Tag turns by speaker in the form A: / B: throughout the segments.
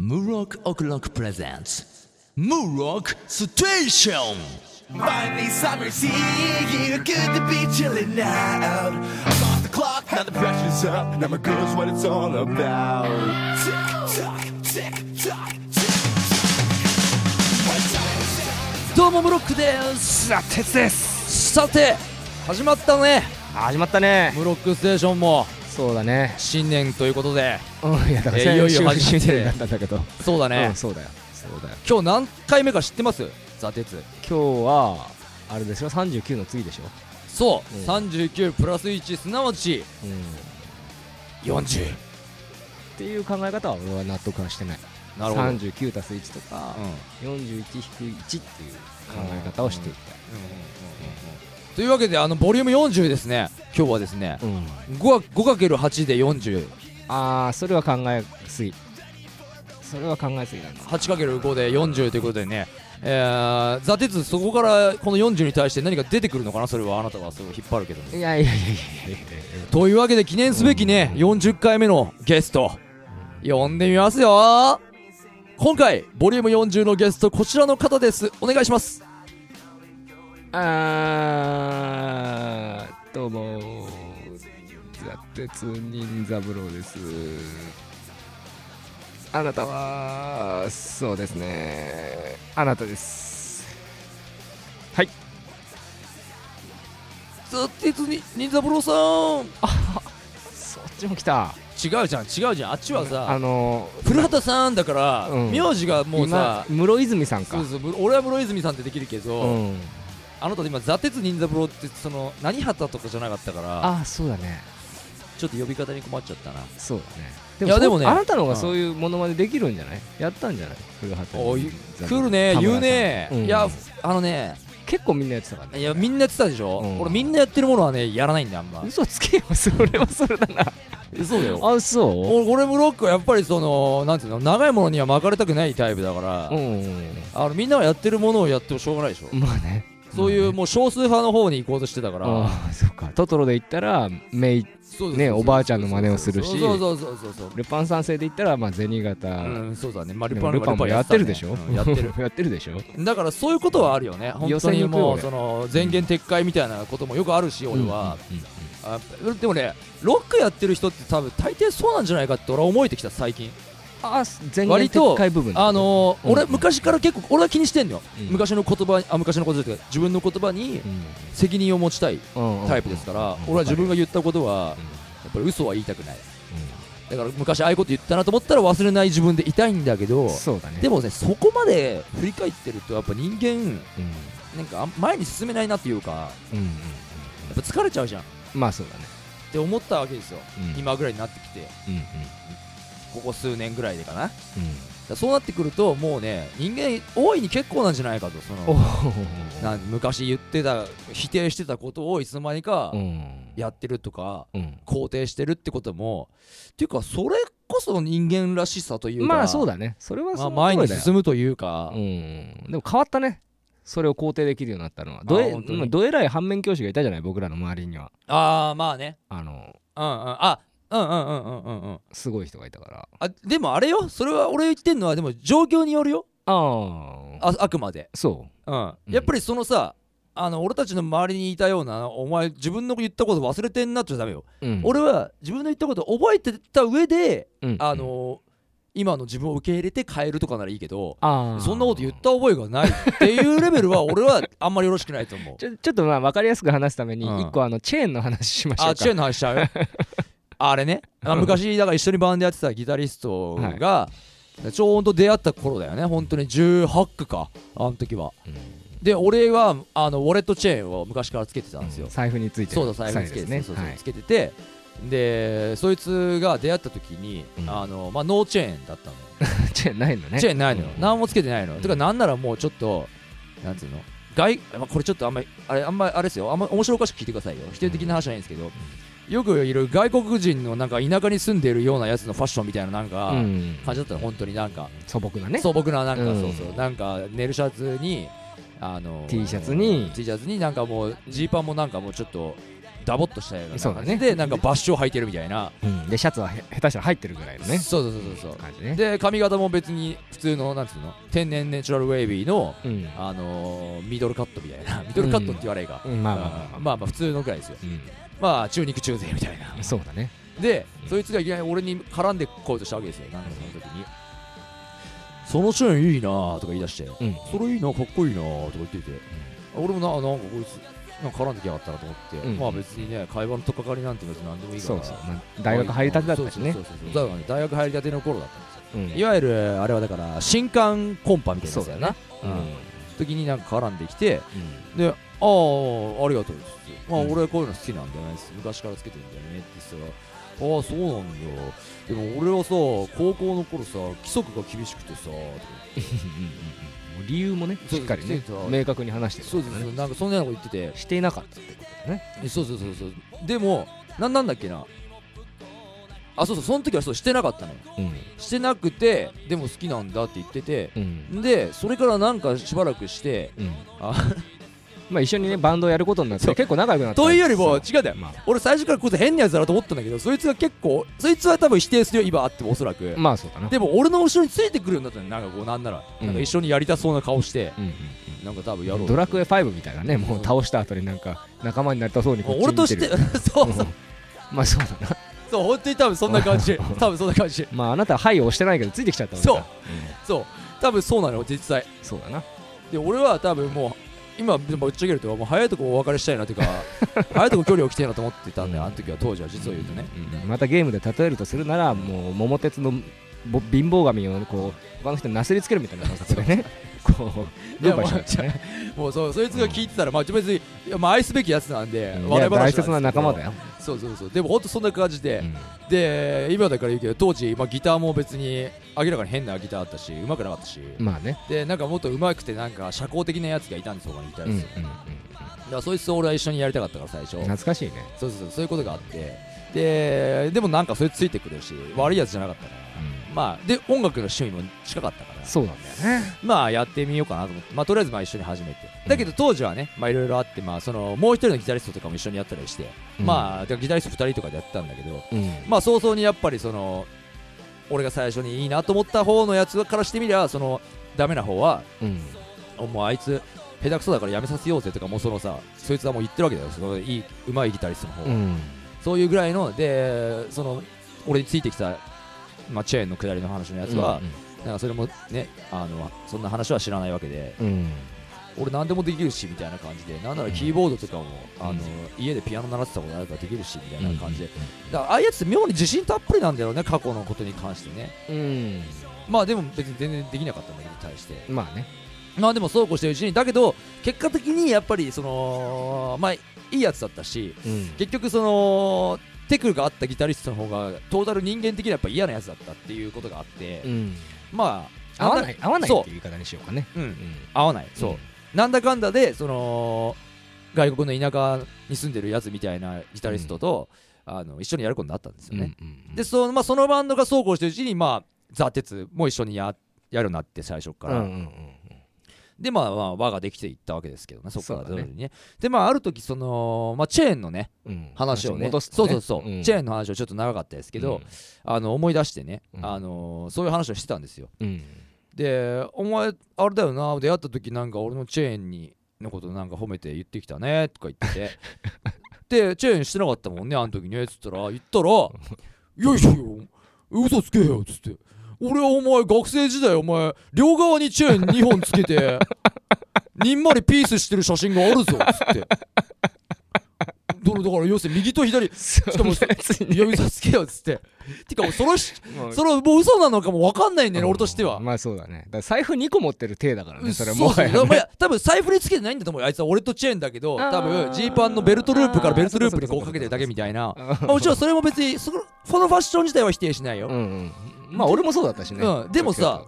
A: Murok O'Clock presents Murok Station!
B: Finally, summer here. Good to be chilling out. I'm off the clock, now the pressure's up. Now my girl's what it's all about. Tick tock, tick tock, tick tock.
A: どうもムロックです
C: ザ・鉄です
A: さて、始まったね
C: 始まったね
A: ムロックステーションも
C: そうだね
A: 新年ということで、
C: うんいやだから
A: いやいよいよ
C: 先週
A: 始まって
C: 終了になったんだけど
A: そうだね
C: うん、そうだよそうだよ
A: 今日何回目か知ってますザ・テツ
C: 今日はあれでしょ39の次でしょ
A: そう、
C: うん
A: 39プラス1すなわち
C: うんっ
A: 40
C: ていう考え方は俺は納得はしてない
A: なるほど、うん
C: 39たす1とか、41引く1っていう考え方をしていき
A: というわけであのボリューム40ですね今日はですね
C: たい、うん
A: 5×8 で40
C: ああそれは考えすぎそれは考えすぎだな
A: 8×5 で40ということでね、えー、ザ・テツそこからこの40に対して何か出てくるのかなそれはあなたがすごい引っ張るけど
C: いやいやいやいやいや
A: というわけで記念すべきね40回目のゲスト呼んでみますよ今回ボリューム40のゲストこちらの方ですお願いします
C: あーどうもザ・鉄人三郎ですあなたはそうですねあなたですはい
A: ザ・テツに忍三郎さん
C: そっちも来た
A: 違うじゃん違うじゃんあっちは
C: あ
A: さ
C: の
A: 古畑さんだから
C: うん
A: 名字がもうさ
C: 今室泉さんか
A: そうそうむ俺は室泉さんってできるけど、
C: うん
A: あなた今ザ・テツ忍三郎ってその何畑とかじゃなかったから
C: あそうだね
A: ちょっと呼び方に困っちゃったな
C: そうだね
A: いやでもね
C: そうあなたの方がそういうものまでできるんじゃないやったんじゃない古畑
A: おい
C: 任三郎
A: 来るね
C: 田
A: 言うん
C: 村さ
A: ね、
C: うん
A: いやあのね
C: 結構みんなやってたからね
A: いやみんなやってたでしょ、
C: うん
A: 俺みんなやってるものはねやらないんだよあんま
C: 嘘つけよそれはそれだな
A: 嘘だよ
C: あそ
A: 俺ムロックはやっぱりそのなんていうの長いものには巻かれたくないタイプだから、
C: ううん
A: あのみんながやってるものをやってもしょうがないでしょ、
C: まあね
A: そういうもう少数派の方に行こうとしてたから、
C: ああそっかトトロで言ったらメイ
A: そうそうそう
C: ねおばあちゃんの真似をするし
A: そうそうそうそうそう
C: ルパン三世で言ったらまあ銭形
A: うん、そうだね、まあ、
C: で
A: ル
C: も
A: パン
C: ルパンもやってるでしょ
A: ルパンやってたねうんやっ
C: やってるでしょ
A: てるだからそういうことはあるよ ね本
C: 予
A: 当
C: 選に
A: に
C: 行くよ
A: もう
C: 俺
A: その前言撤回みたいなこともよくあるし俺は、
C: うんうん
A: あでもねロックやってる人って多分大抵そうなんじゃないかって俺は思えてきた最近
C: あ全
A: 割と
C: 撤回部分
A: あのー
C: うん
A: 俺昔から結構俺は気にしてんのよ、
C: うん
A: 昔の言葉にあ昔の言葉というか自分の言葉に責任を持ちたいタイプですから、俺は自分
C: が
A: が言ったことはやっぱり嘘は言いたくないだから昔ああいうこと言ったなと思ったら忘れない自分でいたいんだけど
C: そうだね
A: で
C: も
A: もねそこまで振り返ってるとやっぱ人間なんかあん前に進めないなっていうかやっぱ疲れちゃうじゃんっ
C: まあそうだね
A: て思ったわけですよ、
C: うん
A: 今ぐらいになってきて
C: うんうん
A: ここ数年ぐらいでかなだか
C: うん
A: らそうなってくるともうね人間大いに結構なんじゃないかとその
C: おお
A: なん昔言ってた否定してたことをいつの間にか
C: うん
A: やってるとか、
C: うん
A: 肯定してるってこともっていうかそれこそ人間らしさというか
C: まあそうだねそれは
A: ま
C: そ
A: あ
C: う
A: 前に進むというか、
C: うん、でも変わったねそれを肯定できるようになったのはどえ
A: 本当に
C: まあどえらい反面教師がいたじゃない僕らの周りには
A: ああまあね
C: あ
A: うん
C: の
A: うんあうんうんうんうんうんうん
C: すごい人がいたから
A: あでもあれよそれは俺言ってんのはでも状況によるよ
C: ああ
A: ああくまで、
C: そ
A: うん、
C: うん
A: やっぱりそのさあの俺たちの周りにいたようなお前自分の言ったこと忘れてんなっちゃダメよ、
C: う、うん、
A: 俺は自分の言ったこと覚えてた上で
C: うん
A: あのー今の自分を受け入れて変えるとかならいいけど
C: あー
A: そんなこと言った覚えがないっていうレベルは俺はあんまりよろしくないと思う
C: ちょちょっとまあ分かりやすく話すために
A: うん
C: 一個あのチェーンの話しましょうか
A: あチェーンの話しちゃ うあれねあ昔だから一緒にバンドやってたギタリストが、ちょうど出会った頃だよね本当に18区かあの時はで俺はあのウォレットチェーンを昔からつけてたんですよ、
C: 財布について
A: そうだ
C: る
A: 財布つけて、
C: 財です
A: そうそうそう
C: はい
A: つけててでそいつが出会った時に、
C: うん
A: あのまあ、ノーチェーンだったのよ
C: チェーンないのね
A: チェーンないのよ、
C: うん
A: 何もつけてないのよ、
C: ん
A: てかなんならもうちょっとなんつうの外、まあ、これちょっとあんまりあれあんまりあれですよあんま面白おかしく聞いてくださいよ否定的な話じゃないんですけど、よくいる外国人のなんか田舎に住んでいるようなやつのファッションみたいななんか、
C: うん
A: 感じだったの本当になんか、
C: 素朴なね
A: 素朴ななんか、
C: うん
A: そうそうなんかネルシャツにあの
C: T シャツに
A: T シャツになんかもうジーパンもなんかもうちょっとダボっとしたような
C: そう
A: 感
C: だ
A: じ
C: ね
A: でなんかバッシュを履いてるみたいな
C: うんでシャツはへ下手したら入ってるぐらいのね
A: そうそうそうそうそう
C: 感じね
A: で髪型も別に普通のなんつうの天然ネチュラルウェイビーの
C: うん
A: あのーミドルカットみたいな ミドルカットって言われいか、
C: うんまあまあまあまあ
A: まあまあ普通のぐらいですよまあ中肉中背みたいな
C: うんそうだね
A: でそいつがいきなり俺に絡んでこようとしたわけですよなんかその時にそのシーンいいなとか言い出して
C: うん
A: それいいなかっこいいなとか言ってて、俺もななんかこいつなんか絡んできやがったなと思って、
C: うん
A: まあ別にね会話の取っかかりなんて別に何でもいいか
C: そ
A: ら
C: うそうなん大学入りたてだったしね
A: そうそうそうそうだからね大学入りたての頃だったんですよ
C: うん
A: いわゆるあれはだから新刊コンパみたいなやつやな、
C: うん
A: うん時になんか絡んできて
C: うん
A: で「ああありがとう」っつって「まあ
C: うん
A: 俺こういうの好きなんだよね」昔からつけてるんだよね」って言ってたら「ああそうなんだよでも俺はさ高校の頃さ規則が厳しくてさ」とか
C: もう理由もね
A: そう
C: しっかりね
A: そうそう
C: 明確に話してる
A: そうですそうなんかそんなようなこと言って
C: していなかったってことだね
A: てそうそうそうそうでもなんなんだっけなあそうそうその時はそうしてなかったのよ
C: う
A: してなくてでも好きなんだって言ってて
C: んうん
A: でそれからなんかしばらくして
C: うん
A: あ
C: まあ一緒にねバンドをやることになって
A: そう
C: 結構仲良くなった
A: というよりも違うんだよ
C: まあ
A: 俺最初からこいつ変なやつだなと思ったんだけどそいつが結構そいつは多分否定するよ今あってもおそらく、
C: まあそうだな
A: でも俺の後ろについてくるようになったのよなんかこうなんなら、
C: うん
A: なんか一緒にやりたそうな顔して
C: うんうん
A: なんか多分やろう
C: ドラクエ5みたいなねもう倒した後になんか仲間になりたそうにこっち
A: 俺と
C: 見
A: して
C: る
A: そうそう
C: うんまあそうだな
A: そう本当に多分そんな感 じ多分そんな感じ
C: まああなたは「はい」を押してないけどついてきちゃったわけだ
A: そうそう多分そうなのよ実際
C: うんそうだな
A: で俺は多分もう今でもぶっちゃけるともう早いとこお別れしたいなっていう か早いとこ距離を置きたいなと思ってたんだよあの時は当時は実を言うとね、
C: うんまたゲームで例えるとするならもう桃鉄のぼ貧乏神をこう他の人になすりつけるみたいな感覚でね こう
A: いや
C: 分配しちゃうね
A: もうそうそいつが聞いてたら、まあ別にいやまあ愛すべきやつなんで、
C: うんい
A: 笑
C: や
A: い話ん
C: 大
A: ですけ
C: 切
A: ど
C: な仲間だよ
A: そうそうそうでも本当そんな感じで、
C: うん
A: で今だから言うけど当時、まあ、ギターも別に明らかに変なギターあったし上手くなかったし、
C: まあね
A: でなんかもっと上手くてなんか社交的なやつがいたんですよ他にいた
C: うんんうん
A: で
C: うん
A: すよ、だからそいつと俺は一緒にやりたかったから最初
C: 懐かしいね
A: そうそうそうそういうことがあってででもなんかそれついてくるし悪いやつじゃなかったから、
C: うん
A: まあで音楽の趣味も近かったから
C: そうなんだよね
A: まあやってみようかなと思って、まあ、とりあえずまあ一緒に始めてだけど当時はねまあいろいろあって、まあ、そのもう一人のギタリストとかも一緒にやったりして、まあだからギタリスト二人とかでやってたんだけど
C: うん
A: まあ早々にやっぱりその俺が最初にいいなと思った方のやつからしてみりゃそのダメな方は
C: うん
A: もうあいつ下手くそだからやめさせようぜとかもうそのさそいつはもう言ってるわけだよそのいいうまいギタリストの方、
C: うん
A: そういうぐらいのでその俺についてきた、まあ、チェーンの下りの話のやつは、なんかそれもねあのそんな話は知らないわけで
C: うん
A: 俺何でもできるしみたいな感じでなんならキーボードとかも、あの家でピアノ習ってたことあるからできるしみたいな感じで、だからああいうやつって妙に自信たっぷりなんだよね過去のことに関してね
C: うん
A: まあでも別に全然できなかったんだけど対して
C: まあね
A: まあでもそうこうしてるうちにだけど結果的にやっぱりそのまあいいやつだったし
C: うん
A: 結局そのテクがあったギタリストの方がトータル人間的にはやっぱ嫌なやつだったっていうことがあって、
C: うん
A: まあ
C: 合わないい合わないっていう言い方にしようかね
A: う
C: うんん
A: 合わないそう、なんだかんだでその外国の田舎に住んでるやつみたいなギタリストと、あの一緒にやることになったんですよね、
C: うん
A: でその,、まあ、そのバンドがそうこうしてるうちに、まあ、ザ・鉄も一緒にややるようになって最初
C: う
A: か
C: んう
A: ら、
C: んうん
A: でまあ、まあ、輪ができていったわけですけどねそこから
C: そう
A: 徐
C: だね
A: 々にねでまあある時その、まあ、チェーンのね
C: うん
A: 話をね
C: 戻す
A: そ
C: と
A: う
C: ね
A: そうそう、
C: ん
A: チェーンの話をちょっと長かったですけど、あの思い出してね、
C: うん
A: あのそういう話をしてたんですよ
C: うんうん
A: でお前あれだよな出会った時なんか俺のチェーンにのことなんか褒めて言ってきたねとか言っててでチェーンしてなかったもんねあの時ねっつったら言ったら「よいしょよ嘘つけよ」っつって「俺はお前学生時代お前両側にチェーン2本つけてにんまりピースしてる写真があるぞ」っつって。どれだから要するに右と左
C: し
A: かも
C: 別にね
A: 指さつけよっつっててかもうそのし
C: もう
A: そのもう嘘なのかも分かんないんだよね俺としては
C: まあそうだねだから財布2個持ってる体だからねそれは
A: そう
C: もは
A: だ
C: や
A: ね
C: ね
A: まあいや多分財布につけてないんだと思うよあいつは俺とチェーンだけど
C: あー
A: 多分ジーパンのベルトループからベルトループにこう
C: あー
A: かけてるだけみたいな
C: そうそうそうそう
A: まあもちろんそれも別にそのそのファッション自体は否定しないよ、
C: うんうんまあ俺もそうだったしね
A: うんでもさ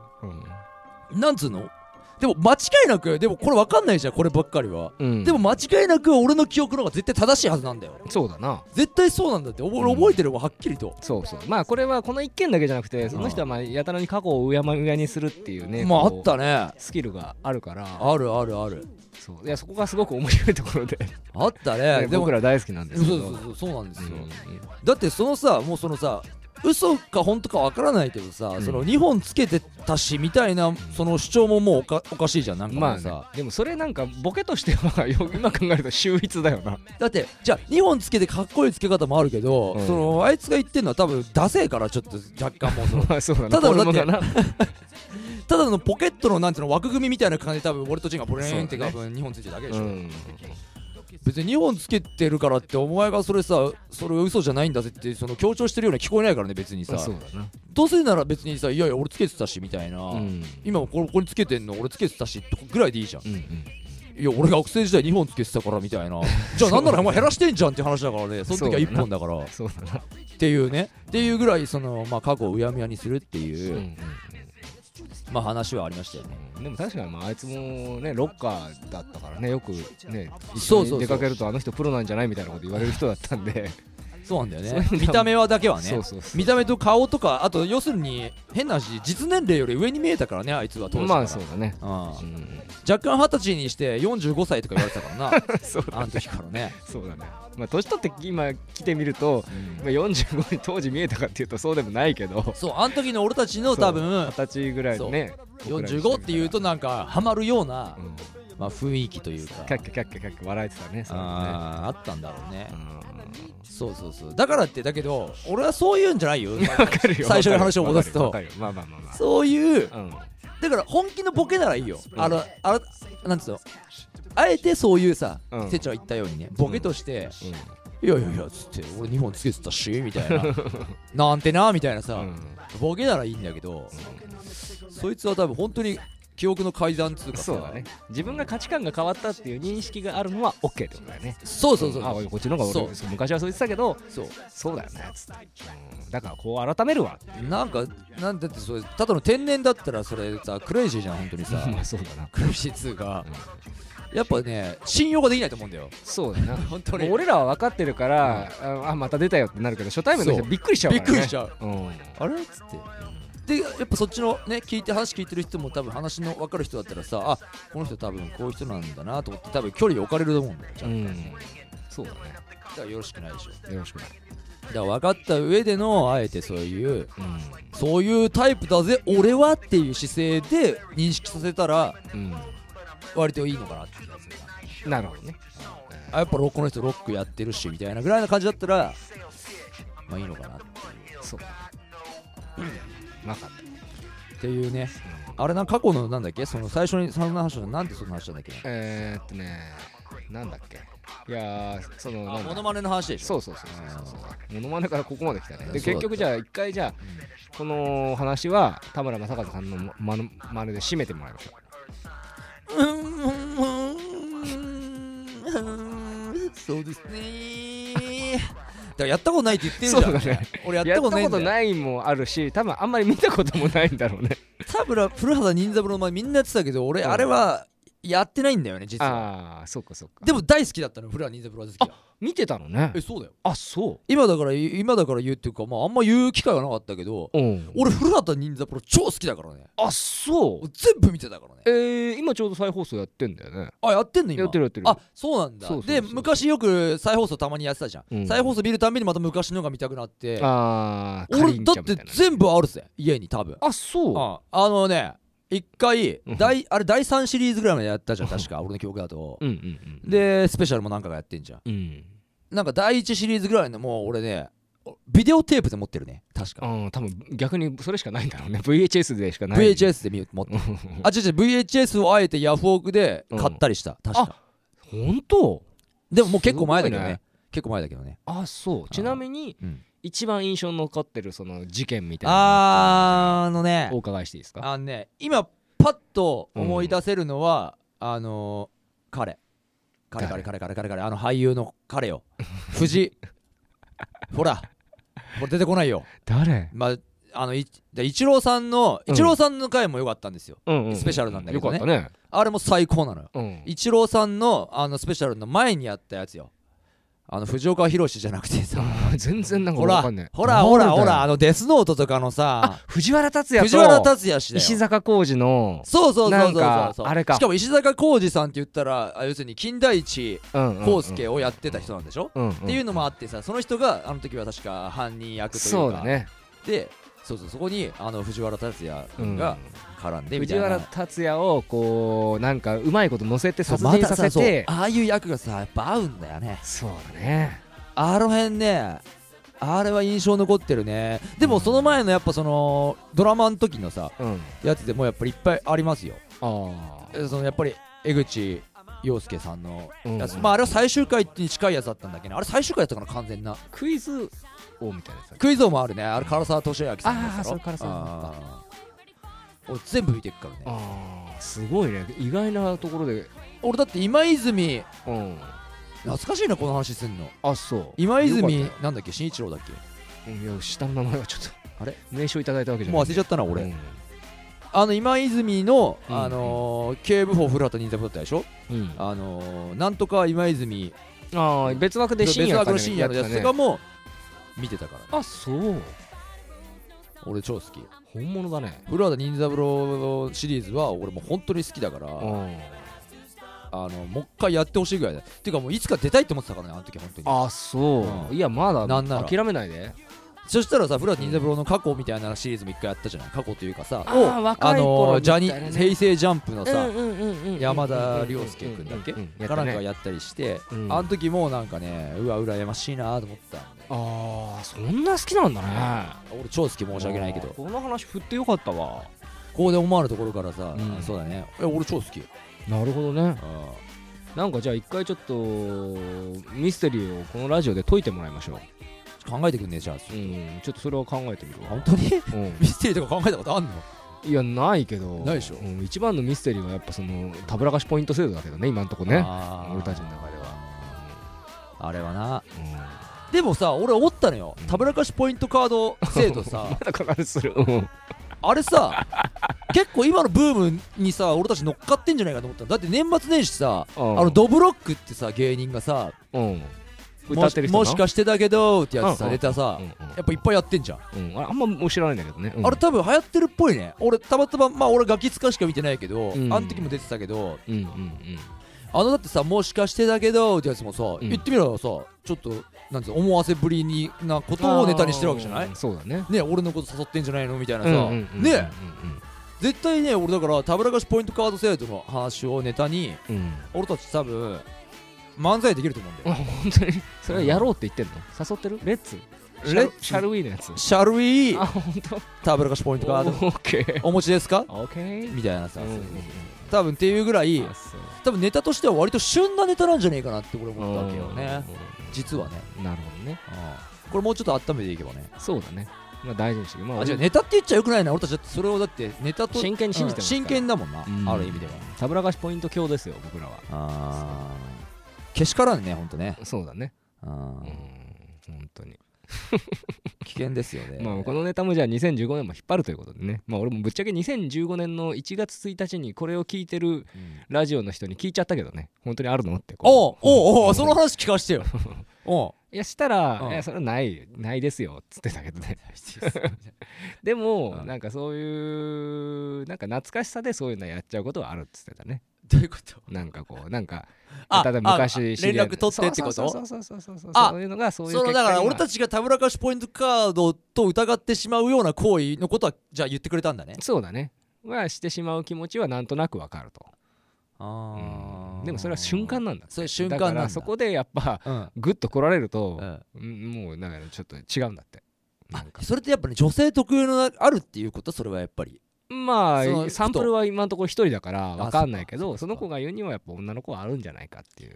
C: うん
A: なんつうのでも間違いなくでもこれ分かんないじゃんこればっかりは、
C: うん
A: でも間違いなく俺の記憶の方が絶対正しいはずなんだよ
C: そうだな
A: 絶対そうなんだってお俺
C: うん
A: 覚えてるわはっきりと、
C: そうそうまあこれはこの一件だけじゃなくてその人はまあやたらに過去をうやまうやにするっていうね
A: まああ
C: こう
A: ったね
C: スキルがあるから
A: あるあるある
C: そういやそこがすごく面白いところで
A: あったねでも
C: 僕ら大好きなんです
A: そう
C: け
A: そ
C: ど
A: うそうそうなんですよ、
C: うん
A: だってそのさもうそのさ嘘か本当かわからないけどさ、
C: ん
A: その2本つけてたしみたいなその主張ももうおかおかしいじゃんなんか
C: ま
A: も
C: あ
A: うさ、
C: ねでもそれなんかボケとしてはよ今考えると秀逸だよな
A: だってじゃあ2本つけてかっこいいつけ方もあるけど、
C: うん
A: そのあいつが言ってるのは多分ダセえからちょっと若干もうそ の
C: まあそうだな
A: ただだ
C: 俺
A: って
C: もだな
A: ただのポケットのなんていうの枠組みみたいな感じで多分俺とチンがブレーンって
C: そうだ
A: 多
C: ね
A: 分2本ついてるだけで
C: う
A: しょ、
C: ん
A: 別に2本つけてるからってお前がそれさそれ嘘じゃないんだぜってその強調してるように聞こえないからね別にさ
C: そうだな
A: どうせなら別にさいやいや俺つけてたしみたいな、
C: うん
A: 今もこれここにつけてんの俺つけてたしぐらいでいいじゃん
C: うんうん
A: いや俺学生時代2本つけてたからみた いなじゃあなんならお前減らしてんじゃんって話だからねその時は1本だから
C: そうだな
A: っていうねっていうぐらいそのまあ過去をうやむやにするっていうう、
C: ん
A: まあ話はありましたよね
C: うんでも確かにまああいつもねロッカーだったからねよくね一
A: そうそ
C: 緒
A: うそう
C: に出かけるとあの人プロなんじゃないみたいなこと言われる人だったんで
A: そうなんだよ
C: そういう
A: ね
C: のも
A: 見た目はだけはね
C: そうそうそう
A: 見た目と顔とかあと要するに変な話実年齢より上に見えたからねあいつは当時から
C: まあそうだね
A: うん
C: うん
A: 若干二十歳にして45歳とか言われてたから
C: そう
A: なあの時からね、
C: そうだねまあ年取って今来てみるとまあ45に当時見えたかっていうとそうでもないけど
A: そうあの時の俺たちの多分
C: 二十歳ぐらいのね僕らにしてみた
A: 45
C: ら
A: っていうとなんかハマるような、
C: うん
A: まあ、雰囲気というか
C: キャッキャキャッキャキャッキャ笑えてたねそれね
A: あーあったんだろうね、
C: うん
A: そうそうそうだからってだけど俺はそういうんじゃないよ
C: わかるよ
A: 最初に話を戻すと
C: わかるよわかるよまあまあまあ
A: そういう
C: まあうん
A: だから本気のボケならいいよ、
C: うん
A: あのあのなんつうのあえてそういうさ、
C: うん
A: せちゃん言ったようにねボケとして、
C: うん
A: いやいやいやつって俺2本つけてたしみたいななんてなみたいなさ、
C: う
A: ボケならいいんだけど、そいつは多分本当に記憶の改ざんつうかさ
C: そうだね自分が価値観が変わったっていう認識があるのは OK ってことだよね
A: そうそうそう
C: あ
A: そう
C: こっちの方が
A: そう
C: 俺そう昔はそう言ってたけど
A: そう
C: そうだよねつってうんだからこう改め るわ
A: なんかなんだってそれただの天然だったらそれさクレイジーじゃん本当にさ
C: まあそうだな
A: クレイジーつうか、やっぱね信用ができないと思うんだよ
C: そうだな
A: 本当に
C: もう俺らは分かってるからああまた出たよってなるけど初対面の人
A: そう
C: びっくりしちゃうからね
A: びっくりしちゃう
C: うん
A: あれっつってでやっぱそっちのね聞いて話聞いてる人も多分話の分かる人だったらさあこの人多分こういう人なんだなと思って多分距離置かれると思うんだよじゃあ
C: うんそうだね
A: だからよろしくないでしょ
C: よろしくね
A: だから分かった上でのあえてそういう
C: う
A: そういうタイプだぜ俺はっていう姿勢で認識させたら
C: ん
A: 割といいのかなっていうやつ
C: うんなるほどね
A: あやっぱロックの人ロックやってるしみたいなぐらいな感じだったらまあいいのかな
C: そうなかった
A: っていうねあれな過去のなんだっけその最初にそんな話したのなんでそんな話したんだっけ
C: えーっとねなんだっけいやーそのなんだ
A: モノマネの話でしょ
C: そうそうそうそうそうそうモノマネからここまで来たね
A: そ
C: で
A: うだった
C: 結局じゃあ一回じゃあこの話は田村正和さんのモモノマネで締めてもらいましょ
A: そうですねだからやったことないって言ってるじゃん
C: そうだね
A: 俺
C: う
A: やったことないんだよ
C: やったことないもあるし多分あんまり見たこともないんだ ろうね
A: 田村古畑任三郎の前みんなやってたけど俺
C: うん
A: あれはやってないんだよね実は
C: ああそうかそうか
A: でも大好きだったの古畑任三郎が好きだ
C: 見てたのね
A: えそうだよ
C: あそ
A: 今だから今だから言うっていうかまああんま言う機会はなかったけど
C: ううん
A: 俺古畑任三郎超好きだからね
C: あそう
A: 全部見てたからね
C: えー、今ちょうど再放送やってんだよね
A: あやってんの今
C: やってるやってる
A: あそうなんだ
C: そうそうそう
A: で昔よく再放送たまにやってたじゃん、
C: うん
A: 再放送見るたんびにまた昔のが見たくなって
C: あー
A: 俺だっ
C: かり
A: て
C: んちゃんみたいな
A: 全部あるぜ家に多分
C: あそう
A: ああのね一回
C: うん
A: 第あれ第3シリーズぐらいまでやったじゃん確か俺の記憶だと
C: うんうんうん
A: でスペシャルも何回かやってんじゃん
C: うん
A: なんか第1シリーズぐらいのもう俺ねビデオテープで持ってるね確か
C: うん多分逆にそれしかないんだろうね VHS でしかない
A: VHS で見持ってるあ違う違う VHS をあえてヤフオクで買ったりした確か
C: 本当
A: でももう結構前だけど
C: すごい
A: ね
C: ね
A: 結構前だけどね
C: あそうちなみに
A: うん
C: 一番印象に残ってるその事件みたいな
A: あーあのね
C: のお伺いしていいですか
A: あのね今パッと思い出せるのは、あのー、彼彼彼彼
C: 誰
A: 彼彼彼あの俳優の彼 よ藤井ほらこれ出てこないよ
C: 誰
A: まああのいでイチローさんの
C: うん
A: イチローさんの回も良かったんですよ、
C: うんうん
A: スペシャルなんだけどね
C: よかっ
A: あれも最高なのよ
C: たね
A: イチローさんのあのスペシャルの前にやったやつよあの藤岡弘じゃなくてさ
C: うん全然なんか
A: ほ
C: わ
A: ら
C: かんない
A: ほらほらほらあ
C: あ
A: のデスノートとかのさ
C: 藤原竜也
A: 藤原
C: と
A: 竜也氏だよ
C: 石坂浩二の
A: そうそうそうそう
C: なん
A: そう
C: かあれか
A: しかも石坂浩二さんって言ったらあ要するに金田一
C: 浩
A: 浩介をやってた人なんでしょ、っていうのもあってさその人があの時は確か犯人役というか
C: そうだね
A: でそうそうそこにあの藤原竜也
C: うん
A: が絡んでみた
C: 藤
A: いな、
C: 原竜也をこうなんかうまいこと乗せて
A: そう
C: 殺
A: ま
C: 人
A: た
C: さ
A: さ
C: せ
A: そう
C: て
A: ああいう役がさやっぱ合うんだよね
C: そうだね
A: あの辺ねあれは印象残ってるねでもその前のやっぱそのドラマの時のさ
C: うん
A: やつでもやっぱりいっぱいありますよ
C: あ
A: えそのやっぱり江口洋介さんの
C: うん
A: やつ、まああれは最終回に近いやつだったんだっけどあれ最終回だったかな完全な
C: クイズ王みたいなやつだっけ
A: クイズ王もあるねあれ唐沢俊明さんのやつだろ
C: あーそう唐沢さん
A: あー俺全部見てるからね
C: ああすごいね意外なところで
A: 俺だって今泉
C: うん
A: 懐かしいなこの話すんの
C: あそう
A: 今
C: よ
A: 泉
C: かっ
A: なんだっけ新一郎だっけ
C: たようんいや下の名前はちょっと
A: あれ
C: 名称いただいたわけじゃない
A: もう忘れちゃったな俺、
C: うん
A: あの今泉の、
C: うん
A: あのー警部補古畑任三郎だったでしょ、
C: うんあ
A: あのーなんとか今泉
C: あ別枠で深
A: 別
C: 夜
A: 枠の深夜のやつとかも見てたから、ね、
C: あそう
A: 俺超好き
C: 本物だね
A: 古畑任三郎シリーズは俺もう本当に好きだから
C: あ
A: あ
C: ー
A: のもう一回やってほしいぐらいだっていうかもういつか出たいって思ってたからねあの時本当に
C: あそうういやまだ
A: なんなら
C: 諦めないで
A: そしたらさ古畑任三郎の過去みたいなシリーズも一回やったじゃない過去というかさ
C: あー
A: を
C: 若い頃
A: のジャニ
C: みたいなね
A: 平成ジャンプのさ、
C: さ
A: 山田涼介君だっけかなんかやったりして、
C: うん
A: あの時もなんかねうわ羨ましいなと思ったんで
C: ああそんな好きなんだね
A: 俺超好き申し訳ないけど
C: あー
A: こ
C: この話振ってよかったわ
A: こで思わぬところからさ、
C: うん
A: そうだねえ俺超好き
C: なるほどね
A: あ
C: なんかじゃあ一回ちょっとミステリーをこのラジオで解いてもらいましょ
A: ー考えてくんねえじゃん
C: ううんちょっとそれは考えてみるわ
A: 本当に
C: うん
A: ミステリーとか考えたことあんの
C: いやないけど
A: ないでしょ
C: うん一番のミステリーはやっぱそのたぶらかしポイント制度だけどね今のとこね
A: あー
C: 俺たちの中では
A: あれはな
C: うん
A: でもさ俺思ったのよたぶらかしポイントカード制度さ
C: まだこの話するうん
A: あれさ結構今のブームにさ俺たち乗っかってんじゃないかと思ったのだって年末年始さ
C: あ
A: あのドブロックってさ芸人がさ
C: うん歌ってる人な
A: もしもしかしてだけどってやつ
C: う
A: さ
C: んうん
A: ネタさ
C: うんうん
A: やっぱいっぱいやってんじゃん
C: うんああんまもう知らないんだけどねうん
A: あれ多分流行ってるっぽいね俺たまたままあ俺ガキ使しか見てないけどあ
C: うん
A: の時も出てたけど
C: うんうんうん
A: あのだってさもしかしてだけどってやつもさ
C: ん
A: 言ってみればさちょっとなんていうの思わせぶりになことをネタにしてるわけじゃない
C: あーそうだね
A: ね俺のこと誘ってんじゃないのみたいな
C: うん
A: さ
C: うんうんうん
A: ね絶対ね俺だからたぶらかしポイントカード制度の話をネタに
C: うんうん
A: 俺たち多分漫才できると思うんだ
C: あ
A: よ
C: 本当にそれはやろうって言ってんの誘ってるレッツ
A: レッツ
C: シャルウィーのやつ
A: シャルウィ
C: あ
A: ー
C: 本当
A: たぶらかしポイントカー
C: オ
A: ド
C: ッケー
A: お持ちですか
C: オッケー
A: みたいなさ
C: うんうん
A: 多分っていうぐらい
C: あそう
A: 多分ネタとしては割と旬なネタなんじゃねえかなって俺思ったわけよね
C: う
A: 実はね
C: んなるほどね
A: うんこれもうちょっと温めていけばね
C: そうだねまあ大事にしてるまあ
A: あじゃあ
C: 俺
A: ネタって言っちゃよくないな俺たちだってそれをだってネタと
C: 真剣に信じて
A: うん
C: ますか
A: 真
C: ら
A: 剣だもんな
C: うん
A: ある意味では
C: たぶらかしポイント強ですよ僕らは
A: あーけしからんねほんとね
C: そうだね
A: うん
C: うん本当に
A: 危険ですよね
C: まあこのネタもじゃあ2015年も引っ張るということでねまあ俺もぶっちゃけ2015年の1月1日にこれを聞いてる
A: うん
C: ラジオの人に聞いちゃったけどね本当にあるのって
A: おう
C: こう
A: おうお
C: う
A: うんその話聞か してよおう
C: いやしたら、
A: うん
C: いやそれはないないですよっつってたけどね でも、
A: うん
C: なんかそういうなんか懐かしさでそういうのやっちゃうことはあるっつってたね
A: どういうこと
C: なんかこうなんか
A: あ
C: ただ
A: ああ連
C: 昔知り合い
A: 絡取ってってこ
C: そうそ
A: と
C: うそうそうそうそう
A: あ
C: そういうのがそういう
A: そのだから俺
C: ち
A: たちがたぶらかしポイントカードと疑ってしまうような行為のことはじゃあ言ってくれたんだね
C: そうだねはしてしまう気持ちはなんとなくわかると、
A: あ
C: う
A: ー
C: んでもそれは瞬間なんだ
A: それ瞬間なん
C: か
A: だ
C: らそこでやっぱ
A: うん
C: グッと来られると
A: う、ん
C: うんもうなんかねちょっと違うんだってな
A: あ
C: んか
A: それってやっぱり女性特有のなあるっていうことそれはやっぱり
C: ま
A: その
C: あサンプルは今のところ一人だからわかんない
A: そ
C: け
A: っ
C: ど
A: かそ
C: そ
A: っか
C: の子が言うにはやっぱ女の子はあるんじゃないかっていう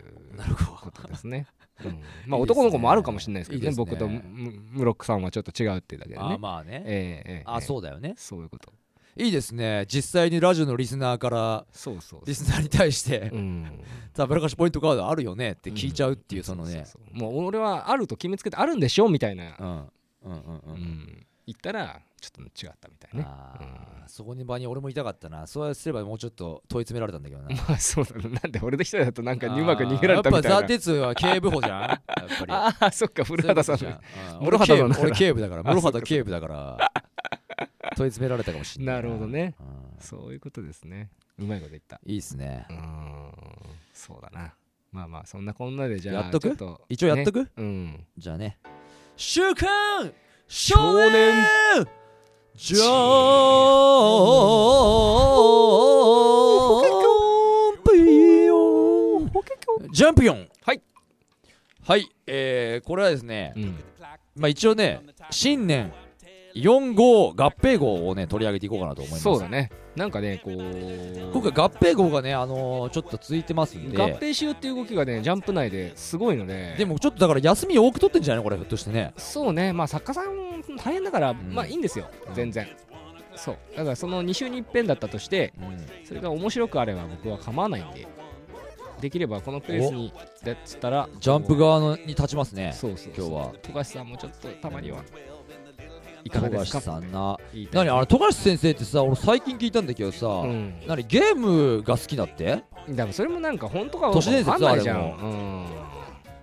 A: るほ
C: ことです ね。うんまあ
A: いいですね
C: 男の子もあるかもしれないですけど
A: いい
C: ね
A: ですね
C: 僕とムムロックさんはちょっと違うっていうだけで
A: あ
C: ね。
A: まあね
C: ええええ
A: あ
C: う
A: そうだよね
C: そういうこと
A: いいですね実際にラジオのリスナーから
C: そうそう
A: リスナーに対して
C: うん
A: 「たぶらかしポイントカードあるよね」って聞いちゃうっていうそのね
C: そうそうもう俺はあると決めつけてあるんでしょみたいな、
A: うんうんうんう
C: うんん行ったらちょっと違ったみたいね
A: あー
C: うん
A: そこに場に俺もいたかったなそうすればもうちょっと問い詰められたんだけどな
C: まあそうだななんで俺で一人だとなんかうまく逃げられた
A: あーや
C: み
A: ったぱ
C: いな
A: ザ・鉄は警部補 じゃんやっぱり
C: ああそっか古畑さん
A: そういう
C: だ
A: ことじゃんうん
C: 室畑さん
A: 俺警部俺
C: だから
A: 警部だから
C: あ
A: 室畑警部だから問い詰められたかもしれない
C: なるほどね
A: うん
C: そういうことですねうまいこと言った
A: いいっすね
C: うーんそうだなまあまあそんなこんなでじゃあ
A: やっとく
C: ちょと
A: 一応やっとく
C: ねうん
A: じゃあね週刊少年ジャンピオンジャンピオン
C: はい
A: はいえーこれはですね、
C: うん
A: まあ一応ね新年4号合併号をね取り上げていこうかなと思います
C: そうだねなんかねこう
A: 今回合併号がねあのーちょっと続いてますん
C: 合
A: で
C: 併しようっていう動きがねジャンプ内ですごいので
A: でもちょっとだから休み多く取ってんじゃないのこれひょっとしてね
C: そうねまあ作家さん大変だから、
A: ん
C: まあいいんですよ
A: うん
C: 全然、そうだからその2週に一遍だったとしてそれが面白くあれば僕は構わないんでできればこのペースにだっつったら
A: ジャンプ側のに立ちますね
C: そうそう
A: 今日は
C: 富樫さんもちょっとたまにはいかが
A: 富
C: で
A: 樫
C: すか
A: さんな
C: 言いたい
A: 何あれ富樫先生ってさ俺最近聞いたんだけどさ、
C: うん
A: 何ゲームが好きだって
C: でもそれもなんか本当か
A: 都市伝説
C: わかんないじゃ
A: あれ
C: ん
A: も
C: うん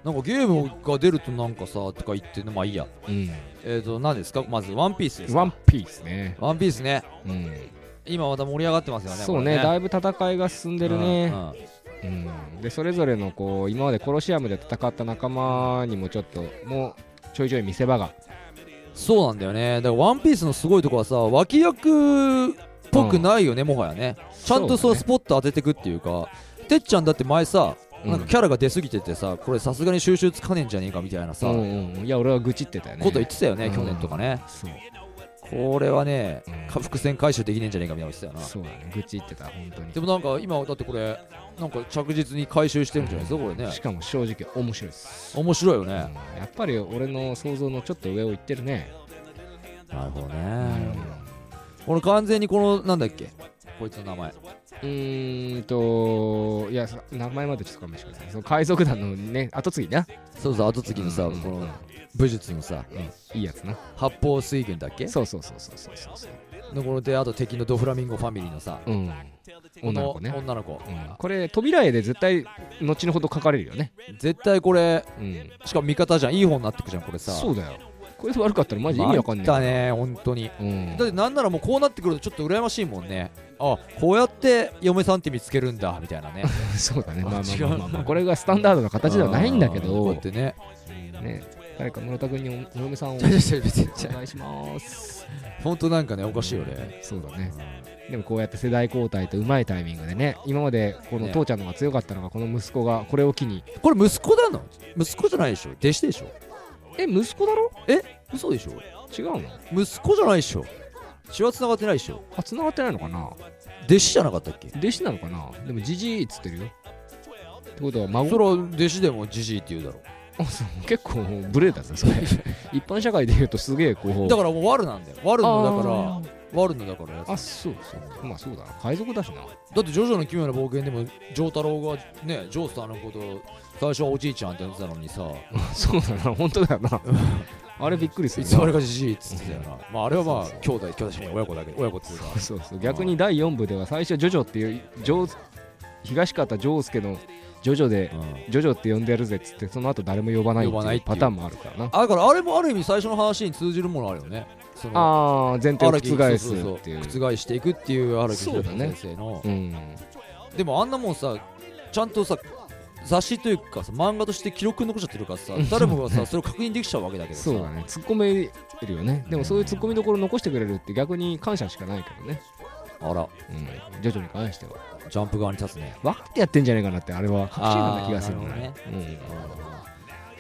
A: なんかゲームが出るとなんかさとか言ってねまあいいやえっ、ー、と何ですかまず「ワンピースです
C: ワ
A: か
C: ンピースね、
A: ワンピースね
C: うん、
A: 今また盛り上がってますよね
C: そう
A: こ
C: ね
A: れ
C: だいぶ戦いが進んでるね、
A: うんうん
C: うん、でそれぞれのこう今までコロシアムで戦った仲間にもちょっともうちょいちょい見せ場が
A: そうなんだよねだから「ワンピースのすごいとこはさ脇役っぽくないよね、もはやねちゃんとそうス
C: そ
A: ポット当ててくっていうかてっちゃんだって前さ
C: うん
A: なんかキャラが出すぎててさこれさすがに収集つかねえんじゃねえかみたいなさ、
C: う、んうん、いや俺は愚痴ってたよね
A: こと言ってたよね、
C: うん
A: 去年とかね
C: そう、
A: これはね
C: うん
A: か伏線回収できねえんじゃねえかみたいなこと言ってたよな
C: そうだね愚痴ってた本当に
A: でもなんか今だってこれなんか着実に回収してるんじゃないですかこれね
C: しかも正直面白いです、
A: 面白いよ
C: うん
A: ね、
C: やっぱり俺の想像のちょっと上をいってるね、
A: なるほど
C: う
A: ね
C: ん、
A: 俺完全にこのなんだっけこいつの名前
C: うーんといやさ名前までちょっと勘弁してくださいその海賊団のね後継ぎな
A: そうそう後継ぎのさ、
C: うん
A: この武術のさ
C: うんいいやつな
A: 八方水源だっけ
C: そうそうそうそうそうそうそう
A: のこのであと敵のドフラミンゴファミリーのさ
C: うん女の子ね
A: こ女の子、
C: うんこれ扉絵で絶対後のほど書かれるよね、
A: 絶対これ
C: うん、
A: しかも味方じゃんいい方になってくじゃんこれさ
C: そうだよこれで悪かったらマジ意味わかんない
A: だね本当に
C: うん、
A: だってなんならもうこうなってくるとちょっと羨ましいもんねあこうやって嫁さんって見つけるんだみたいなね
C: そうだねまあまあ
A: 違
C: ま
A: う
C: あまあ、まあ、これがスタンダードな形ではないんだけ
A: うんこう
C: ど
A: やっ、てね
C: ね、誰か室田君におお嫁さんを お
A: 違う違う別に違う
C: 願いします
A: 本当なんかねおかしいよね
C: そうだねでもこうやって世代交代とうまいタイミングでね今までこの
A: ね
C: 父ちゃんの方が強かったのがこの息子がこれを機に
A: これ息子なの息子じゃないでしょ弟子でしょ
C: え息子だろ
A: 嘘でしょ
C: 違うの
A: 息子じゃないでしょ血は繋がってないでしょ
C: あ繋がってないのかな
A: 弟子じゃなかったっけ
C: 弟子なのかなでもじじいっつってるよってことは孫
A: それは弟子でもじじいって言うだろ
C: あそう結構無礼だぜそ れ一般社会で言うとすげえこう
A: だ
C: か
A: からもう悪なんだよ悪のだから悪のだからやつ
C: あそうそうまあそうだな海賊だしな
A: だ ってジョジョの奇妙な冒険でも丈太郎がねジョースターのことを最初はおじいちゃんって言ってたのにさ
C: そうだな本当だよなあれびっくりす
A: い
C: る
A: つま
C: な
A: でかじじいっつってたよな、まあ、あれはまあ
C: そう
A: 兄弟兄弟じゃない親子だけど親子っつうか
C: そうそう逆に第4部では最初ジョジョっていうジョー東方丈介のジョジョで
A: うん
C: ジョジョって呼んでやるぜっつってその後誰も呼ばないって
A: 呼ばない
C: い
A: っ
C: う
A: ていう
C: パターンもあるからな
A: あだからあれもある意味最初の話に通じるものあるよねその
C: ああー前提を
A: 荒木
C: 覆す
A: そうそうそう
C: っていう
A: 覆していくっていう荒木
C: そうだね
A: 先生の、
C: うん
A: でもあんなもんさちゃんとさ雑誌というかさ漫画として記録に残っちゃってるからさ誰もが さそれを確認できちゃうわけだけどさ
C: そうだね突っ込めるよねでもそういう突っ込みどころ残してくれるって逆に感謝しかないけどね
A: あら
C: うんジョジョに関しては
A: ジャンプ側に立つね
C: 分かってやってんじゃないかなってあれは確信犯な気がする
A: あーなる
C: ね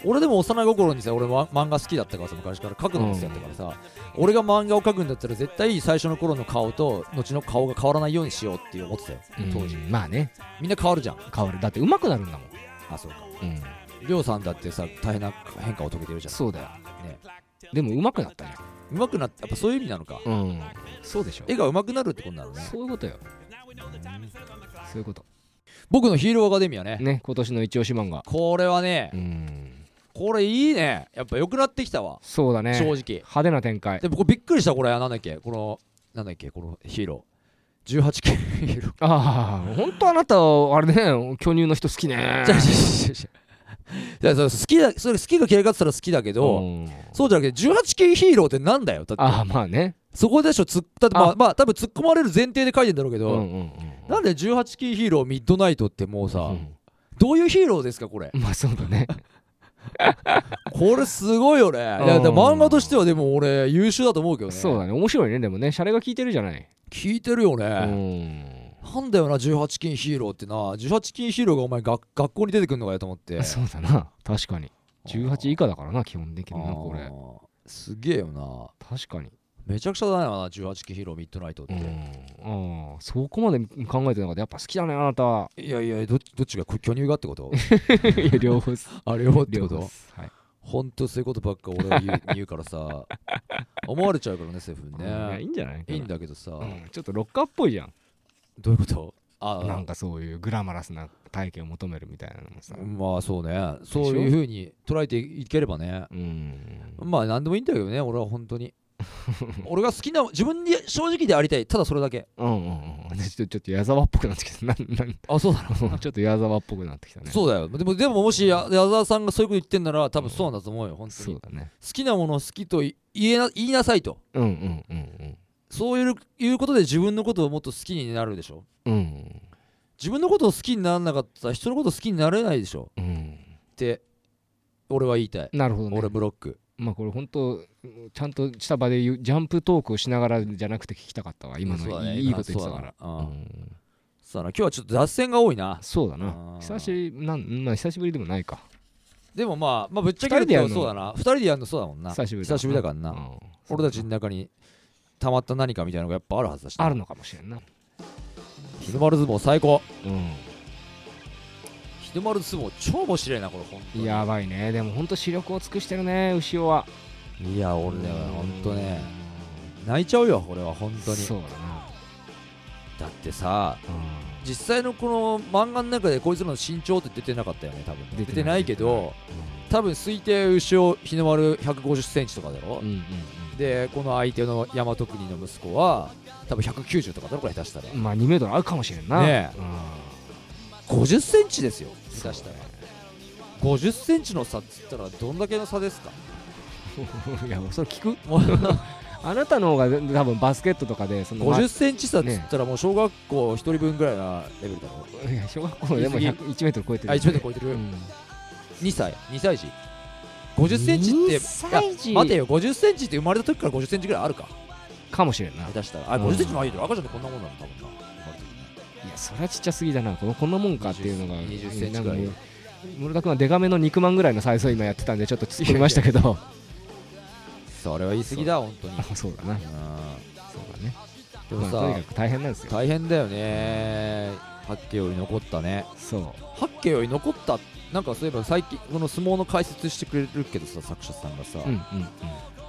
A: 俺でも幼い頃にさ俺は漫画好きだったからさ昔から書くのも好きだったからさ、俺が漫画を書くんだったら絶対最初の頃の顔と後の顔が変わらないようにしようって思ってたよ
C: うん
A: 当時、
C: うんまあね
A: みんな変わるじゃん
C: 変わるだって上手くなるんだもん、
A: あそうか
C: うん、
A: りょうさんだってさ大変な変化を遂げてるじゃん
C: そうだよ
A: ね
C: でも上手くなったね
A: うまくなってやっぱそういう意味なのか
C: うんそうでしょ
A: 絵が上手くなるってことなのね
C: そういうことよそういうこと
A: 僕のヒーローアカデミアね
C: ね今年の一押し漫画
A: これはね
C: うん
A: これいいねやっぱ良くなってきたわ、
C: そうだね
A: 正直
C: 派手な展開
A: で僕びっくりしたこれなんだっけこのなんだっけこのヒーロー18系ヒーロー
C: ああ本当あなたあれね巨乳の人好き ね
A: じゃあじゃあじゃあじゃあじゃあ好きだそれ好きが嫌いかって言ったら好きだけど、
C: うん
A: そうじゃなくて18系ヒーローってなんだよだって
C: ああまあね
A: そこでしょつっだってまあ
C: あ
A: まあ多分突っ込まれる前提で書いてんだろうけ
C: う
A: ど、
C: んうんうん
A: なんで18キーヒーローミッドナイトってもうさ、
C: う
A: どういうヒーローですかこれ
C: んまあそうだね
A: これすごいよねいやだから漫画としてはでも俺優秀だと思うけどね
C: そうだね面白いねでもねシャレが効いてるじゃない
A: 聞いてるよ
C: う
A: ね、
C: ん
A: なんだよな18キーヒーローってな18キーヒーローがお前学学校に出てくんのかよと思って
C: そうだな確かに18以下だからな基本的
A: あ
C: になこれ
A: ーすげえよな
C: 確かに
A: めちゃくちゃだよな18キーヒーローミッドナイトって、
C: うんああそこまで考えてなかったやっぱ好きだねあなたは
A: いやいやどっちどっちがこ巨乳がってこと
C: いや両方っす
A: あれをって
C: 両
A: こと
C: 方っすはい
A: ほんとそういうことばっか俺は言う言うから さ思われちゃうからねセフン
C: いやい
A: ね
C: いんじゃない
A: いいんだけどさ、
C: うんちょっとロッカーっぽいじゃん
A: どういうことあ
C: なんかそういうグラマラスな体験を求めるみたいなのもさ
A: まあそうねそういうふうに捉えていければね
C: うん
A: まあ何でもいいんだけどね俺は本当 に俺が好きな自分に正直でありたいただそれだけ
C: うんうんうんでちょっとちょっと矢沢っぽくなってきたなん なん
A: あそうだ
C: ちょっと矢沢っぽくなってきたね
A: そうだよでもでももしや矢沢さんがそういうこと言ってんなら多分そうなんだと思うよ本当
C: そ
A: に
C: う
A: 好
C: だね
A: きなものを好きとい言えな言いなさいと
C: うんうんうん
A: そういういうことで自分のことをもっと好きになるでしょ
C: うんうん
A: 自分のことを好きにならなかったら人のことを好きになれないでしょ
C: うん
A: って俺は言いたい、
C: なるほどね
A: 俺ブロック
C: まあこれ本当ちゃんとした場で言うジャンプトークをしながらじゃなくて聞きたかったわ今
A: そう
C: の
A: だね
C: いいいいこと言ってたから
A: そうだな
C: う
A: うん
C: ん
A: そうだな今日はちょっと脱線が多いな
C: そうだ
A: あ
C: な
A: ー
C: 久しなんまあ久しぶりでもないか
A: でもまあ、まあ、ぶっちゃけ
C: 二人でや
A: 言
C: る
A: う
C: の
A: とそうだな二人でやるのそうだもんな
C: 久しぶり
A: 久しぶりだからな、
C: うん
A: 俺たちの中に溜まった何かみたいなのがやっぱあるはずだしな
C: あるのかもしれんな
A: 日の丸相撲最高
C: うん
A: 日の丸相撲超面白いなこれ本当に
C: やばいねでもほんと視力を尽くしてるね牛尾はい
A: や俺ねほんとね泣いちゃうよ俺は本当に
C: そうだ
A: だってさ
C: な
A: 実際のこの漫画の中でこいつらの身長って出てなかったよね多分ね
C: 出てない
A: 出てないけど多分推定後ろ日の丸1 5 0ンチとかだろ、
C: うんうん
A: でこの相手の大和国の息子は多分190とかだろこれ下手したら
C: うんまあ2メートルあるかもしれんな
A: ねえ
C: うん
A: 5 0ンチですよ
C: そ
A: 下
C: う
A: 手したら5 0ンチの差っつったらどんだけの差ですか
C: いやそれ聞く
A: 5
C: あなたの方が多分バスケットとかでそのま
A: 0ンチ差っつったらもう小学校1人分ぐらいなレベルだろ
C: いや小学校でも
A: 言い過
C: 100 1メートル超えてる
A: あ1メートル超えて
C: う
A: る
C: ん
A: 2歳2歳児5 0ンチって
C: 2歳児
A: いや待てよ5 0ンチって生まれた時から5 0ンチぐらいあるか
C: かもしれんない
A: 下手したらあ
C: うん
A: 5 0ンチもあるよ赤ちゃんってこんなもんなんだもんな生まれた時ね
C: やそれはちっちゃすぎだなこのこんなもんかっていうのが
A: 20 20
C: なんかもう
A: センチぐら
C: 室田君はデカめの肉まんぐらいのサイズを今やってたんでちょっと突っ込みましたけど
A: それは言い過ぎだ本当に
C: あ そうだな
A: う
C: そうだね
A: んでも
C: まあ
A: さ、
C: とにかく大変なんですよ
A: 大変だよね八景より残ったね
C: そう
A: 八景より残ったなんかそういえば最近この相撲の解説してくれるけどさ作者さんがさ、
C: うんうんうん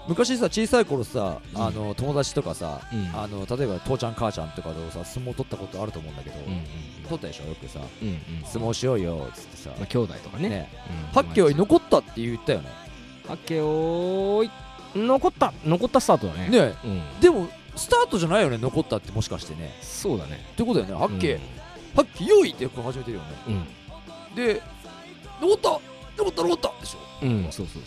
A: 昔さ小さい頃さ
C: うん
A: あの友達とかさ、
C: うん
A: あの例えば父ちゃん母ちゃんとかとさ相撲取ったことあると思うんだけど、
C: うん
A: 取ったでしょよくさ
C: うんうん
A: 相撲しようよっつってさ
C: まあ、兄弟とかね
A: ね八景より残ったって言ったよね
C: はっけおーい残った残ったスタートだね
A: ね
C: うん
A: でもスタートじゃないよね残ったってもしかしてね
C: そうだね
A: ってことだよね
C: は
A: 八景、八景よいってこう始めてるよね
C: うん
A: で残った残った残ったでしょ
C: うんそうそうそう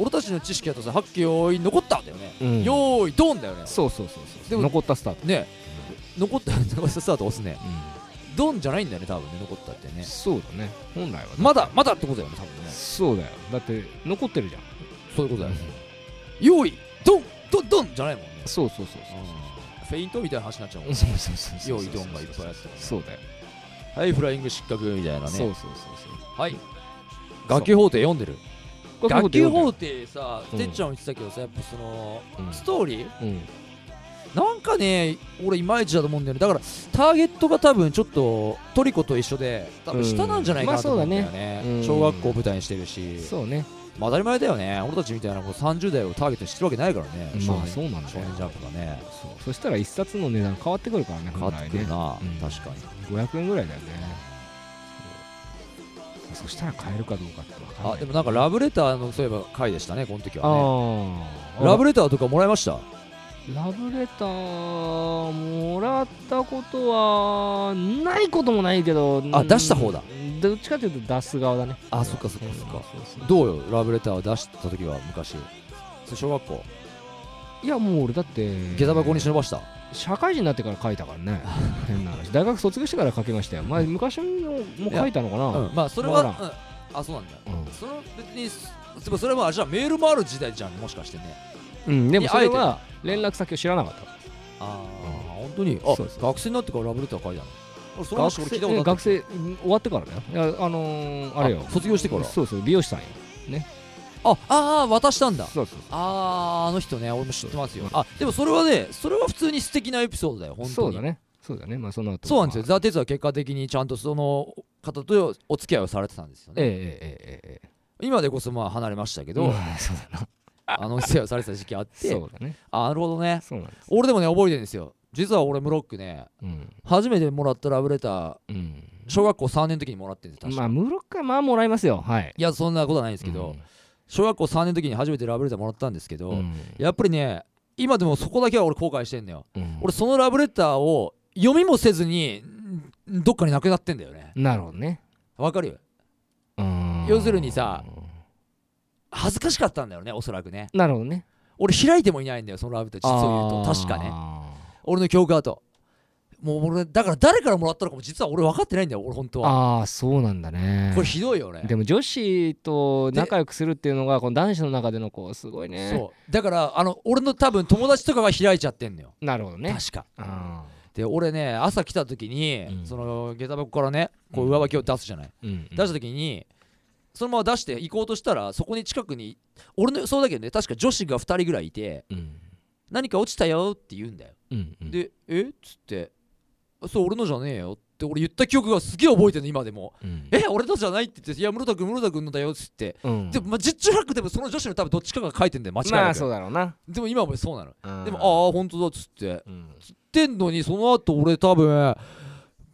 A: 俺たちの知識だとさ八景よい残ったんだよね、
C: そううん
A: よーいドンだよね
C: そうそうそう
A: で
C: そう
A: も
C: 残ったスタート
A: ね残った残ったスタート押すね
C: う
A: ドンじゃないんだよね多分ね残ったってね
C: んそうだね本来は
A: まだまだってことだよね多分ね
C: そうだよだって残ってるじゃん
A: そういうことだよねよーいドンドンドンじゃないもんね
C: そうそうそう
A: フェイントみたいな話になっちゃうもん
C: そうそうそうそうそう
A: 用意ドンがいっぱいあってもね
C: そうだよ
A: はいフライング失格みたいな
C: そう
A: ね
C: そうそうそう
A: はい学級法廷読んでる学級法廷さ
C: うん
A: てっちゃんも言ってたけどさやっぱその
C: うん
A: ストーリー
C: うん
A: なんかね俺いまいちだと思うんだよねだからターゲットが多分ちょっとトリコと一緒で多分下なんじゃないかなと思うんだよね,、
C: うんまあそうだね
A: 小学校を舞台にしてるし、
C: そうね
A: まあ、当たり前だよね俺たちみたいなこう30代をターゲットにしてるわけないからね少
C: まあ
A: 年
C: そうなんだ
A: 少
C: よ
A: 年ジャンプがね
C: そうそしたら一冊の値段変わってくるからね
A: 変わってくるな、
C: 本来ねうん
A: 確かに
C: 500円ぐらいだよねそしたら買えるかどうかって分かんない
A: あでもなんかラブレターのそういえば回でしたねこの時はね
C: あー
A: ラブレターとかもらいました
C: ラブレターもらったことはないこともないけど
A: あ出した方だ
C: どっちかというと出す側だね
A: あそっかそっかそっか
C: そうそうそう
A: どうよラブレターを出した時は昔それ小学校
C: いやもう俺だって
A: 下駄箱に忍ばした
C: 社会人になってから書いたから ね変な話大学卒業してから書きましたよまあ昔ももう書いたのかな、
A: うんまあそれ
C: わか
A: はうんあそうなんだ
C: うん
A: その別にでもそれはあれじゃあメールもある時代じゃんもしかしてね
C: うん、でも
A: に
C: それは連絡先を知らなかった
A: あ
C: ー
A: あ本当に
C: そう
A: あ
C: そうそう
A: 学生になってからラブレター書いたの俺その
C: 学
A: 話俺聞いたことあ
C: 生
A: った
C: 学生うん終わってからだよいやあのー、あれよ
A: あ卒業してから
C: そうそう美容師さんよ
A: ああー渡したんだ
C: そうそう
A: あーあの人ね俺も知ってますよ
C: そう
A: あでもそれはねそれは普通に素敵なエピソードだよ本当に
C: そうだねそうだねまあその後
A: そうなんですよ
C: まあ
A: ザ・テツは結果的にちゃんとその方とお付き合いをされてたんですよ
C: ええ
A: ね
C: ええええええ
A: 今でこそまあ離れましたけど、
C: うんそうだな
A: あのお付き合いをされてた時期あって
C: そうだね
A: あなるほどね
C: そうなんです
A: 俺でもね覚えてるんですよ実は俺ムロックね
C: うん
A: 初めてもらったラブレター
C: うん
A: 小学校3年の時にもらってるんです確か、
C: まあムロックはまあもらいますよはい
A: いやそんなことはないんですけど、小学校3年の時に初めてラブレターもらったんですけど、
C: うんうん
A: やっぱりね今でもそこだけは俺後悔してんのよ
C: うん
A: 俺そのラブレターを読みもせずにんどっかになくなってんだよね
C: なるほどね
A: わかるよ
C: うん
A: 要するにさ恥ずかしかったんだよねおそらくね
C: なるほどね
A: 俺開いてもいないんだよそのラブレター実を言うと確かね
C: ね
A: 俺の記憶だともう俺だから誰からもらったのかも実は俺分かってないんだよ俺本当は
C: ああそうなんだね
A: これひどいよね
C: でも女子と仲良くするっていうのがこの男子の中でのこうすごいね
A: そうだからあの俺の多分友達とかが開いちゃってんのよ
C: なるほどね
A: 確か
C: あ
A: で俺ね朝来た時に、
C: うん
A: その下駄箱からねこう上履きを出すじゃない、
C: ーうん
A: 出した時にそのまま出して行こうとしたらそこに近くに俺のそうだけどね確か女子が2人ぐらいいて
C: うん
A: 何か落ちたよって言うんだよ、
C: うんうん
A: でえっつってそう俺のじゃねえよって俺言った記憶がすげえ覚えてるの今でも
C: うん
A: え俺のじゃないって言っていや室田君室田君のだよっつって
C: うん
A: でもまあ十中八九でもその女子の多分どっちかが書いてんだよ間違い
C: ま
A: な
C: あ
A: く、
C: そうだろうな
A: でも今もそうなのでも
C: あ
A: ああ本当だっつって
C: ーうん
A: ってんのにその後俺多分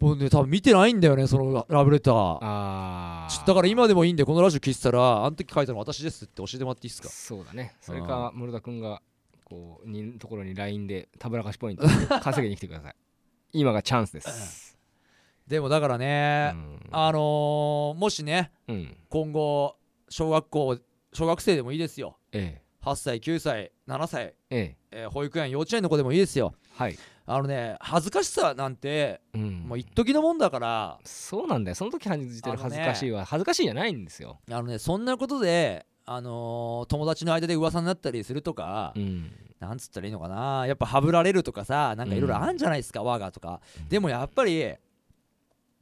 A: もうね多分見てないんだよねそのラブレター
C: あ
A: ちょ
C: ー
A: だから今でもいいんでこのラジオ聞いてたらあの時書いたの私ですって教えてもらっていいですか
C: そうだねそれか室田君がこうにところに LINE でたぶらかしポ イント稼ぎに来てください今がチャンスです
A: でもだから
C: う
A: ね、
C: ん
A: あのー、もしね
C: うん
A: 今後小学校小学生でもいいですよ
C: え
A: 8歳9歳7歳、
C: えええ
A: えー保育園幼稚園の子でもいいですよ
C: はい
A: あのね恥ずかしさなんて
C: うん
A: もう一時のもんだから
C: そうなんだよその時感じてる
A: あの
C: 恥
A: ね
C: ずかしいは恥ずかしいじゃないんですよ
A: あのねそんなことであのー友達の間で噂になったりするとか、
C: うん
A: なんつったらいいのかなやっぱハブられるとかさなんかいろいろあるんじゃないですか、我がとかでもやっぱり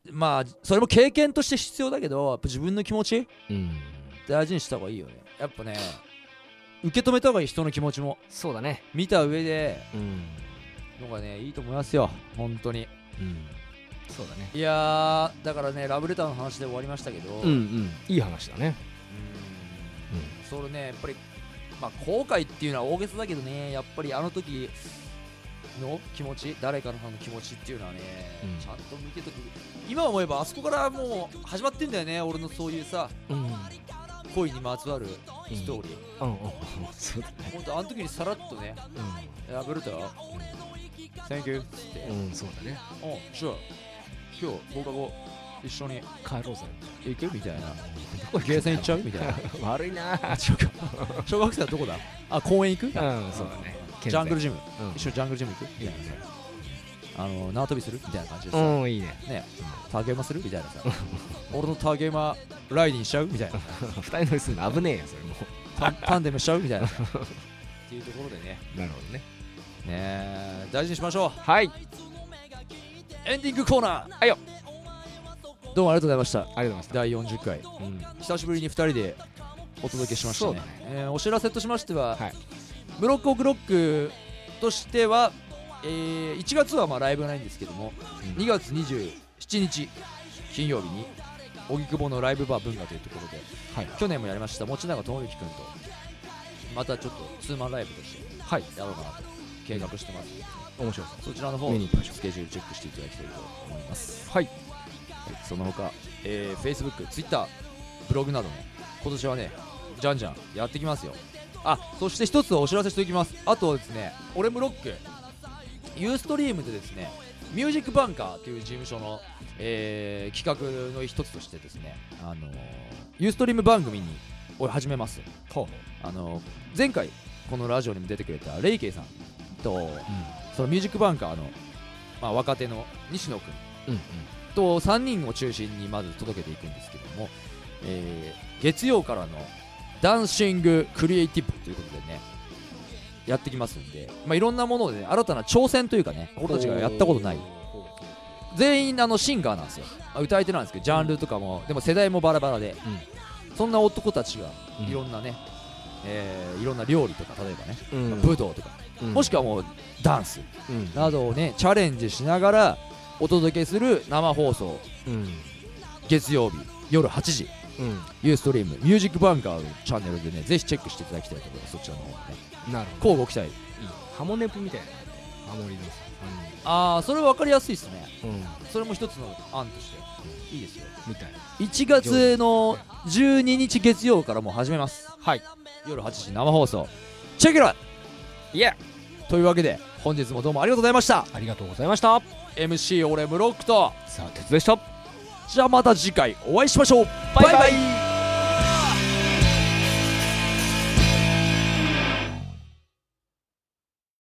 A: まあそれも経験として必要だけどやっぱ自分の気持ち
C: うん
A: 大事にした方がいいよねやっぱね受け止めた方がいい人の気持ちも
C: そうだね
A: 見た上で
C: うん
A: のがねいいと思いますよ本当に
C: うんそうだね
A: いやーだからねラブレターの話で終わりましたけど、
C: うんう
A: うん
C: んいい話だね
A: それねやっぱりまあ後悔っていうのは大げさだけどねやっぱりあの時の気持ち誰かの気持ちっていうのはね、
C: うん
A: ちゃんと見てとく今思えばあそこからもう始まってんだよね俺のそういうさ
C: うん
A: 恋にまつわるストーリー、
C: うんうんそうだね
A: ほんとあの時にさらっとね「ラブルター Thank you」っつって
C: うんうんそうだね
A: 「おじゃあ今日放課後一緒に
C: 帰ろうぜ
A: 行く?」みたいな
C: ど
A: 「ゲーセン行っちゃう?」みたいな
C: 悪いな うん
A: 小学生はどこだあ公園行くジ
C: そうだね
A: ャングルジム
C: うん
A: 一緒にジャングルジム行く
C: い
A: み
C: い
A: た
C: ね
A: いなさあの縄跳びするみたいな感じでさ、
C: うんいいね
A: ねターゲーマするみたいなさ俺のターゲーマライディンしちゃうみたいな
C: 二人乗りするの危ねえよそれもう
A: タン タンデムしちゃうみたいなっていうところでね
C: なるほどね
A: ねえ大事にしましょう
C: はい
A: エンディングコーナー
C: はいよ
A: どうもありがとうございました
C: ありがとうござ
A: 第
C: い
A: 40回
C: ました
A: 久しぶりに2人でお届けしました
C: そう
A: ね
C: だね
A: えーお知らせとしましては、
C: はい
A: ブロックオクロックとしては、えー1月はまあライブないんですけども、
C: うん
A: 2月27日金曜日に荻窪のライブバー文化というところで、
C: はい
A: 去年もやりました持永智之君とまたちょっとツーマンライブとしてやろうかなと計画してます、
C: 面白そ
A: そちらの方
C: 見に行きましょう
A: スケジュールチェックしていただきたいと思います、
C: うはい
A: はい、その他、えー、Facebook、Twitter、ブログなども今年はねじゃんじゃんやってきますよあそして一つお知らせしておきますあとはですね俺もロックユーストリームでですねミュージックバンカーという事務所の、えー企画の一つとしてですねあのーユーストリーム番組に俺始めますあのー前回このラジオにも出てくれたレイケイさんとそのミュージックバンカーの、まあ、若手の西野君
C: うんうん
A: と3人を中心にまず届けていくんですけども、えー月曜からのダンシングクリエイティブということでねやってきますんで、まあ、いろんなもので、ね、新たな挑戦というかね俺たちがやったことない全員あのシンガーなんですよ、まあ歌い手なんですけどジャンルとかもでも世代もバラバラで、そんな男たちが
C: うん
A: いろんなね、えーいろんな料理とか例えばね、
C: うん
A: 武道とか、
C: うん
A: もしくはもうダンス
C: うん
A: などをねチャレンジしながらお届けする生放送
C: うん
A: 月曜日夜8時
C: うん
A: ユーストリームミュージックバンカーのチャンネルでねぜひチェックしていただきたいと思いますそちらの方もね
C: なるほ
A: 交互期待
C: どいいハモネプみたいなハモリの
A: ああそれ分かりやすいですね
C: うん
A: それも一つの案としていいですよ
C: みたいな
A: 1月の12日月曜からもう始めます
C: はい
A: 夜8時生放送チェックイラ
C: いや
A: というわけで本日もどうもありがとうございました
C: ありがとうございました
A: MC 俺ムロックと
C: さあ鉄でした
A: じゃあまた次回お会いしましょうバイバイ